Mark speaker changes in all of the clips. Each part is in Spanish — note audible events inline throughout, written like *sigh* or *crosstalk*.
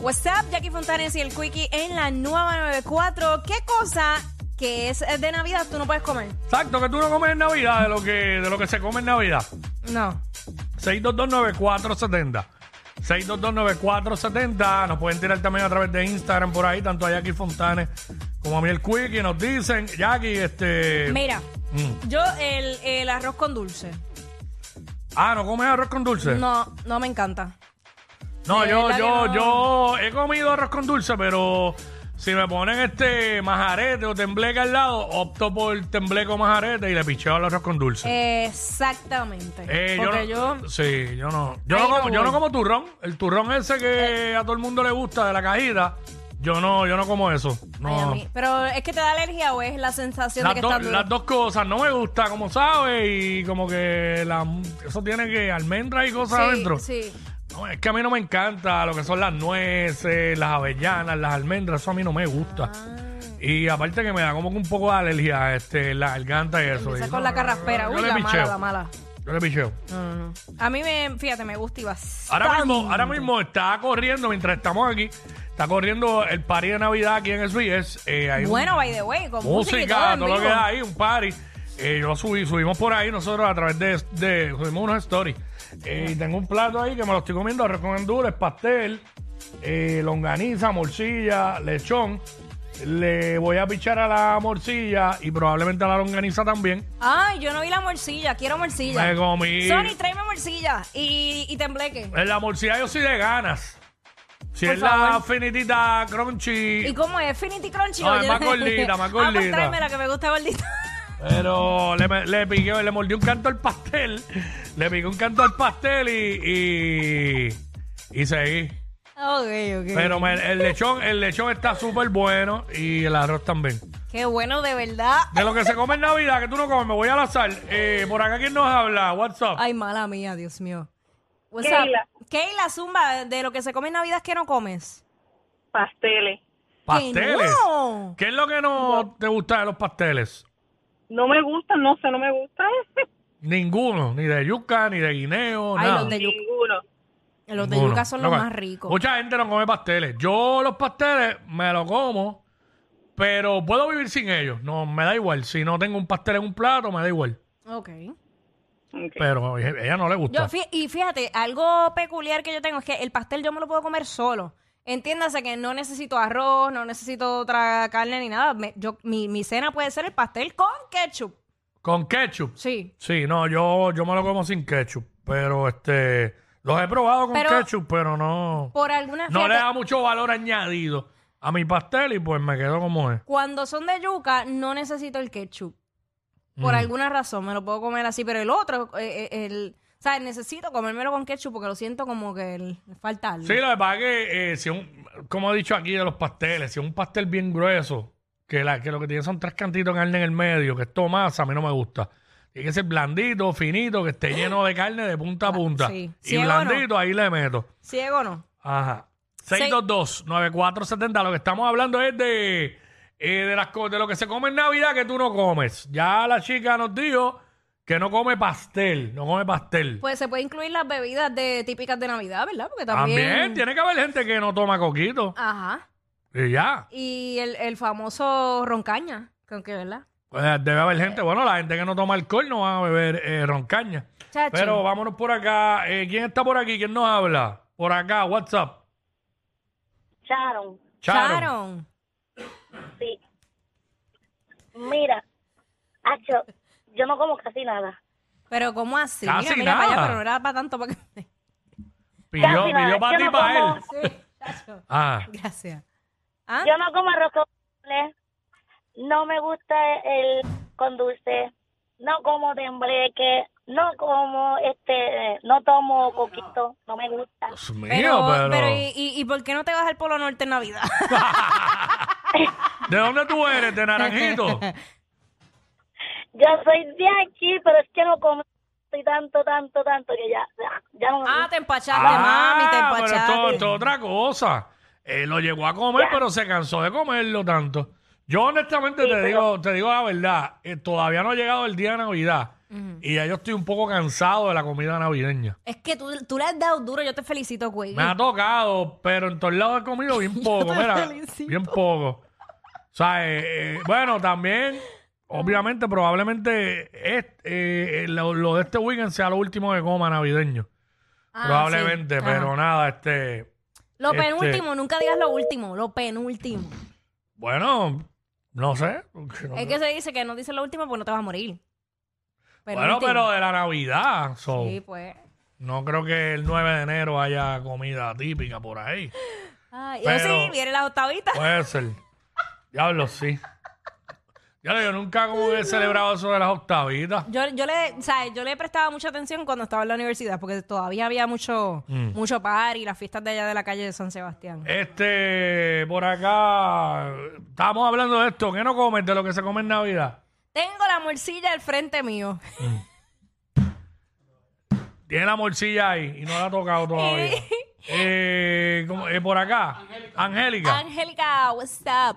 Speaker 1: What's up, Jackie Fontanes y el Quickie en la nueva 94. ¿Qué cosa que es de Navidad tú no puedes comer?
Speaker 2: Exacto, que tú no comes en Navidad de lo que, de lo que se come en Navidad.
Speaker 1: No.
Speaker 2: 6229470. 6229470. Nos pueden tirar también a través de Instagram por ahí, tanto a Jackie Fontanes como a mí el Quickie. Nos dicen, Jackie, este.
Speaker 1: Mira,
Speaker 2: Mm.
Speaker 1: yo el, el arroz con dulce.
Speaker 2: Ah, ¿no comes arroz con dulce?
Speaker 1: No, no me encanta.
Speaker 2: No,
Speaker 1: Sí,
Speaker 2: yo,
Speaker 1: verdad
Speaker 2: yo,
Speaker 1: que no.
Speaker 2: yo he comido arroz con dulce, pero si me ponen este majarete o tembleque al lado, opto por tembleque o majarete y le picheo al arroz con dulce.
Speaker 1: Exactamente.
Speaker 2: Eh,
Speaker 1: Porque yo,
Speaker 2: no- Sí, yo no. Yo
Speaker 1: Ahí
Speaker 2: no,
Speaker 1: no
Speaker 2: como, yo no
Speaker 1: voy. Eh.
Speaker 2: como turrón. El turrón ese que a todo el mundo le gusta de la cajita. Yo no, yo no como eso. No.
Speaker 1: Ay, a mí- pero es que te da alergia o es la sensación
Speaker 2: Las,
Speaker 1: de que
Speaker 2: dos-
Speaker 1: estás duro.
Speaker 2: las dos cosas, no me gusta, como sabes, y como que la- eso tiene que almendras y cosas
Speaker 1: sí,
Speaker 2: adentro.
Speaker 1: Sí.
Speaker 2: No, es que a mí no me encanta lo que son las nueces, las avellanas, las almendras, eso a mí no me gusta.
Speaker 1: Ah.
Speaker 2: Y aparte que me da como que un poco de alergia este, la garganta y eso.
Speaker 1: Empieza
Speaker 2: y
Speaker 1: con
Speaker 2: no,
Speaker 1: la carraspera.
Speaker 2: yo
Speaker 1: Uy,
Speaker 2: le
Speaker 1: la
Speaker 2: picheo,
Speaker 1: mala, la mala.
Speaker 2: Yo le picheo.
Speaker 1: No, no, no. A mí me, fíjate, me gusta y vas.
Speaker 2: Ahora mismo, ahora mismo está corriendo, mientras estamos aquí, está corriendo el party de Navidad aquí en SBS. Eh, hay un-
Speaker 1: Bueno, by the way, con música, y todo
Speaker 2: música,
Speaker 1: en
Speaker 2: todo lo que
Speaker 1: vivo.
Speaker 2: da ahí, un party. Eh, yo lo subí, subimos por ahí nosotros a través de, de- subimos unos stories. Eh, y tengo un plato ahí que me lo estoy comiendo, arroz con honduras, pastel, eh, longaniza, morcilla, lechón. Le voy a pichar a la morcilla y probablemente a la longaniza también.
Speaker 1: Ay, yo no vi la morcilla, quiero morcilla.
Speaker 2: Me comí.
Speaker 1: Sony, tráeme morcilla y, y tembleque.
Speaker 2: En la morcilla yo soy de ganas. Si
Speaker 1: Por
Speaker 2: es la
Speaker 1: favor.
Speaker 2: finitita, crunchy.
Speaker 1: ¿Y cómo es? Finity Crunchy.
Speaker 2: No,
Speaker 1: o
Speaker 2: es
Speaker 1: yo-
Speaker 2: más gordita,
Speaker 1: *laughs*
Speaker 2: más
Speaker 1: Ah, pues
Speaker 2: gordita.
Speaker 1: tráeme la que me gusta gordita. *laughs*
Speaker 2: Pero le, le piqué, le mordí un canto al pastel. Le piqué un canto al pastel y. y, y seguí.
Speaker 1: ok, ok.
Speaker 2: Pero me- el lechón, el lechón está súper bueno y el arroz también.
Speaker 1: Qué bueno, de verdad.
Speaker 2: De lo que se come en Navidad, que tú no comes, me voy al azar. Eh, por acá, ¿quién nos habla? WhatsApp.
Speaker 1: Ay, mala mía, Dios mío. What's
Speaker 3: Keila.
Speaker 1: up? Keila, Zumba, de lo que se come en Navidad, ¿qué no comes?
Speaker 3: pasteles.
Speaker 1: ¡Que
Speaker 2: Pasteles.
Speaker 1: no!
Speaker 2: ¿Qué es lo que no te gusta de los pasteles?
Speaker 3: No me gustan, no sé, no me gustan
Speaker 2: Ninguno, ni de yuca, ni de guineo,
Speaker 1: Ay,
Speaker 2: nada.
Speaker 1: los de yuca,
Speaker 3: ninguno.
Speaker 1: los de
Speaker 2: Ninguno.
Speaker 1: yuca son los
Speaker 2: No,
Speaker 1: más ricos.
Speaker 2: Mucha gente no come pasteles. Yo los pasteles me los como, pero puedo vivir sin ellos. No, me da igual. Si no tengo un pastel en un plato, me da igual.
Speaker 1: Ok.
Speaker 3: Ok.
Speaker 2: Pero a ella no le gusta.
Speaker 1: Yo, fí- y fíjate, algo peculiar que yo tengo es que el pastel yo me lo puedo comer solo. Entiéndase que no necesito arroz, no necesito otra carne ni nada. Me- yo, mi, mi cena puede ser el pastel con ketchup.
Speaker 2: Con ketchup.
Speaker 1: Sí.
Speaker 2: Sí, no, yo, yo me lo como sin ketchup. Pero este, los he probado con
Speaker 1: Pero-
Speaker 2: ketchup, pero no.
Speaker 1: Por alguna
Speaker 2: No
Speaker 1: fíjate,
Speaker 2: le da mucho valor añadido a mi pastel y pues me quedo como es.
Speaker 1: Cuando son de yuca, no necesito el ketchup. Por
Speaker 2: Mm.
Speaker 1: alguna razón me lo puedo comer así, pero el otro, eh, eh, el, ¿sabes? Necesito comérmelo con ketchup porque lo siento como que el- me falta algo.
Speaker 2: Sí, lo que pasa es que, eh, si un- como he dicho aquí de los pasteles, si un pastel bien grueso, que, la, que lo que tiene son tres cantitos de carne en el medio, que es todo masa, a mí no me gusta. Tiene que ser blandito, finito, que esté lleno de carne de punta a punta.
Speaker 1: Ah, sí.
Speaker 2: Y
Speaker 1: ¿Ciego o no?
Speaker 2: blandito, ahí le meto.
Speaker 1: ¿Ciego o no?
Speaker 2: Ajá. 622-9470. Lo que estamos hablando es de, eh, de, las, co- de lo que se come en Navidad que tú no comes. Ya la chica nos dijo que no come pastel, no come pastel.
Speaker 1: Pues se puede incluir las bebidas de típicas de Navidad, ¿verdad? Porque también...
Speaker 2: también. tiene que haber gente que no toma coquito.
Speaker 1: Ajá.
Speaker 2: Y ya.
Speaker 1: Y el, el famoso roncaña, con que, ¿verdad?
Speaker 2: Pues, debe haber gente, bueno, la gente que no toma alcohol no va a beber eh, roncaña.
Speaker 1: Chacho.
Speaker 2: Pero vámonos por acá. Eh, ¿Quién está por aquí? ¿Quién nos habla? Por acá, WhatsApp.
Speaker 4: Sharon,
Speaker 2: Charo.
Speaker 1: Sharon.
Speaker 4: sí. Mira, Acho, yo no como casi nada.
Speaker 1: Pero ¿cómo así?
Speaker 2: Casi
Speaker 1: mira, mira para
Speaker 2: nada.
Speaker 1: allá, pero no era para tanto para que...
Speaker 2: Pidió,
Speaker 4: Casi nada,
Speaker 2: pidió para
Speaker 4: yo
Speaker 2: ti y
Speaker 4: no
Speaker 2: para
Speaker 4: como.
Speaker 2: él.
Speaker 1: Sí, chacho.
Speaker 2: Ah,
Speaker 1: *laughs* Gracias. ¿Ah?
Speaker 4: Yo no como arroz con frijoles, no me gusta el con dulce, no como tembleque, no como este, no tomo coquito, no me gusta.
Speaker 2: Dios mío,
Speaker 1: Pero,
Speaker 2: pero.
Speaker 1: pero ¿y, y, y por qué no te vas al Polo Norte en Navidad?
Speaker 2: ¿De dónde tú eres?
Speaker 1: *laughs*
Speaker 2: ¿De Naranjito?
Speaker 4: Yo soy de aquí, pero es que no como estoy tanto, tanto, tanto que ya, ya, ya no
Speaker 1: *laughs*
Speaker 4: me
Speaker 1: ah,
Speaker 4: gusta.
Speaker 1: te empachaste, mami, te
Speaker 2: ah, pero
Speaker 1: empachaste.
Speaker 2: esto, esto es otra cosa. Eh, lo llegó a comer, pero se cansó de comerlo tanto. Yo honestamente te digo, te digo la verdad, eh, todavía no ha llegado el día de Navidad Y ya yo estoy un poco cansado de la comida navideña.
Speaker 1: Es que tú, tú le has dado duro, yo te felicito, güey.
Speaker 2: Me ha tocado, pero en todos lados he
Speaker 1: *laughs*
Speaker 2: comido bien poco,
Speaker 1: te
Speaker 2: mira,
Speaker 1: felicito.
Speaker 2: bien poco. O sea, eh, eh, bueno, también,
Speaker 1: Ah.
Speaker 2: obviamente, probablemente este, eh, eh, lo, lo de este weekend sea lo último que coma navideño.
Speaker 1: Ah, sí.
Speaker 2: probablemente,
Speaker 1: Ajá.
Speaker 2: pero nada, este...
Speaker 1: Lo
Speaker 2: este-
Speaker 1: penúltimo, nunca digas lo último, lo penúltimo.
Speaker 2: Bueno, no sé. porque no
Speaker 1: Es que se dice que no dices lo último porque no te vas a morir.
Speaker 2: bueno,
Speaker 1: Penúltimo.
Speaker 2: pero de la Navidad. so,
Speaker 1: Sí, pues.
Speaker 2: No creo que el 9 de enero haya comida típica por ahí.
Speaker 1: Ay,
Speaker 2: Pero-
Speaker 1: yo sí, viene la octavita.
Speaker 2: Puede ser. Diablo, sí. Diablo, yo nunca como que he celebrado eso de las octavitas.
Speaker 1: Yo, yo le, o sea, yo le prestaba mucha atención cuando estaba en la universidad, porque todavía había mucho,
Speaker 2: Mm.
Speaker 1: mucho par y las fiestas de allá de la calle de San Sebastián.
Speaker 2: Este, por acá, estamos hablando de esto. ¿Qué no comes de lo que se come en Navidad?
Speaker 1: Tengo la morcilla al frente mío.
Speaker 2: Tiene la morcilla ahí y no la ha tocado todavía. eh, ¿cómo- eh, por acá, Angélica.
Speaker 1: Angélica, what's up?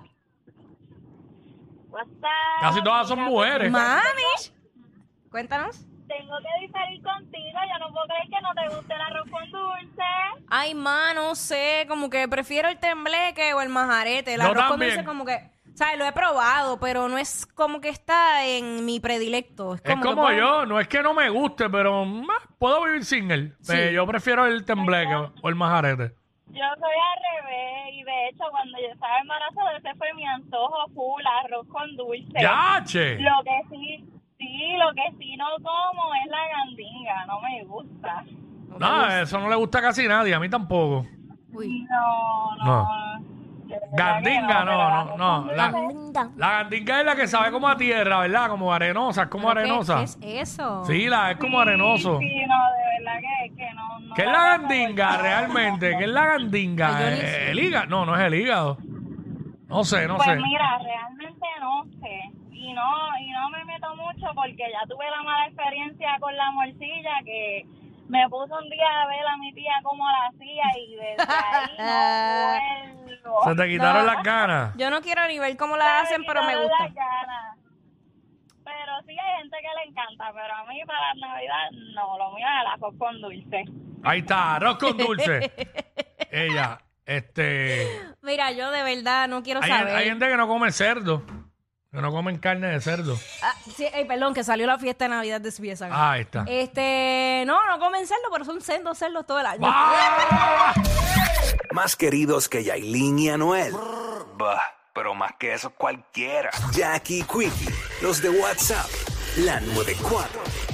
Speaker 4: What's up?
Speaker 2: Casi todas son
Speaker 4: Mira,
Speaker 2: mujeres.
Speaker 1: pues, Mami. Cuéntanos.
Speaker 4: Tengo que diferir contigo, yo no puedo creer que no te guste el arroz con dulce.
Speaker 1: Ay, ma, no sé, como que prefiero el tembleque o el majarete. El
Speaker 2: Yo
Speaker 1: arroz con
Speaker 2: también.
Speaker 1: dulce como que, ¿sabes? Lo he probado, pero no es como que está en mi predilecto. Es
Speaker 2: Es
Speaker 1: como, que
Speaker 2: como
Speaker 1: puedo-
Speaker 2: yo, no es que no me guste, pero más, puedo vivir sin él.
Speaker 1: Sí.
Speaker 2: Eh, yo prefiero el tembleque o el majarete.
Speaker 4: Yo soy al revés y de hecho cuando yo estaba embarazada ese fue mi antojo full arroz con dulce.
Speaker 2: ¡Ya, che!
Speaker 4: Lo que sí, sí, lo que sí no como es la gandinga, no me gusta.
Speaker 2: No, eso no le gusta a casi nadie, a mí tampoco.
Speaker 1: Uy.
Speaker 4: No, no. de verdad que
Speaker 2: Gandinga,
Speaker 4: pero el
Speaker 2: no, no,
Speaker 4: arroz
Speaker 2: no.
Speaker 4: con
Speaker 2: La,
Speaker 4: dulce,
Speaker 2: la gandinga es la que sabe como a tierra, ¿verdad? Como arenosa, es como
Speaker 1: ¿Pero qué-
Speaker 2: arenosa.
Speaker 1: ¿Qué es eso?
Speaker 2: Sí, la, es como arenoso.
Speaker 4: Sí, sí, no, de verdad que, que no, no.
Speaker 2: ¿Qué es la gandinga realmente? ¿Qué es la gandinga?
Speaker 1: Ay, yo ni
Speaker 2: ¿Eh,
Speaker 1: sé.
Speaker 2: ¿El hígado? No, no es el hígado. No sé, no
Speaker 4: Pues
Speaker 2: sé.
Speaker 4: mira, realmente no sé. Y no, y no me meto mucho porque ya tuve la mala experiencia con la morcilla que me puso un día a ver a mi tía cómo la hacía y desde ahí no
Speaker 2: Se
Speaker 4: vuelvo.
Speaker 2: te quitaron
Speaker 1: No.
Speaker 2: las ganas.
Speaker 1: Yo no quiero ni ver cómo la hacen, pero me
Speaker 4: quitaron
Speaker 1: gusta.
Speaker 4: las ganas. Pero sí hay gente que le encanta, pero a mí para Navidad no, lo mío es el arroz con dulce.
Speaker 2: Ahí está, arroz con dulce. Ella, este...
Speaker 1: Mira, yo de verdad no quiero
Speaker 2: Hay,
Speaker 1: saber.
Speaker 2: hay gente que no come cerdo, que no comen carne de cerdo.
Speaker 1: Ah, sí, ey, perdón, que salió la fiesta de Navidad de Suiza.
Speaker 2: Ah, ahí está.
Speaker 1: Este, no, no comen cerdo, pero son cerdos, cerdos todo el año.
Speaker 2: ¡Ah!
Speaker 5: Más queridos que Yailin y Anuel. Bah, pero más que eso cualquiera. Jackie Quickie, los de WhatsApp, la 94.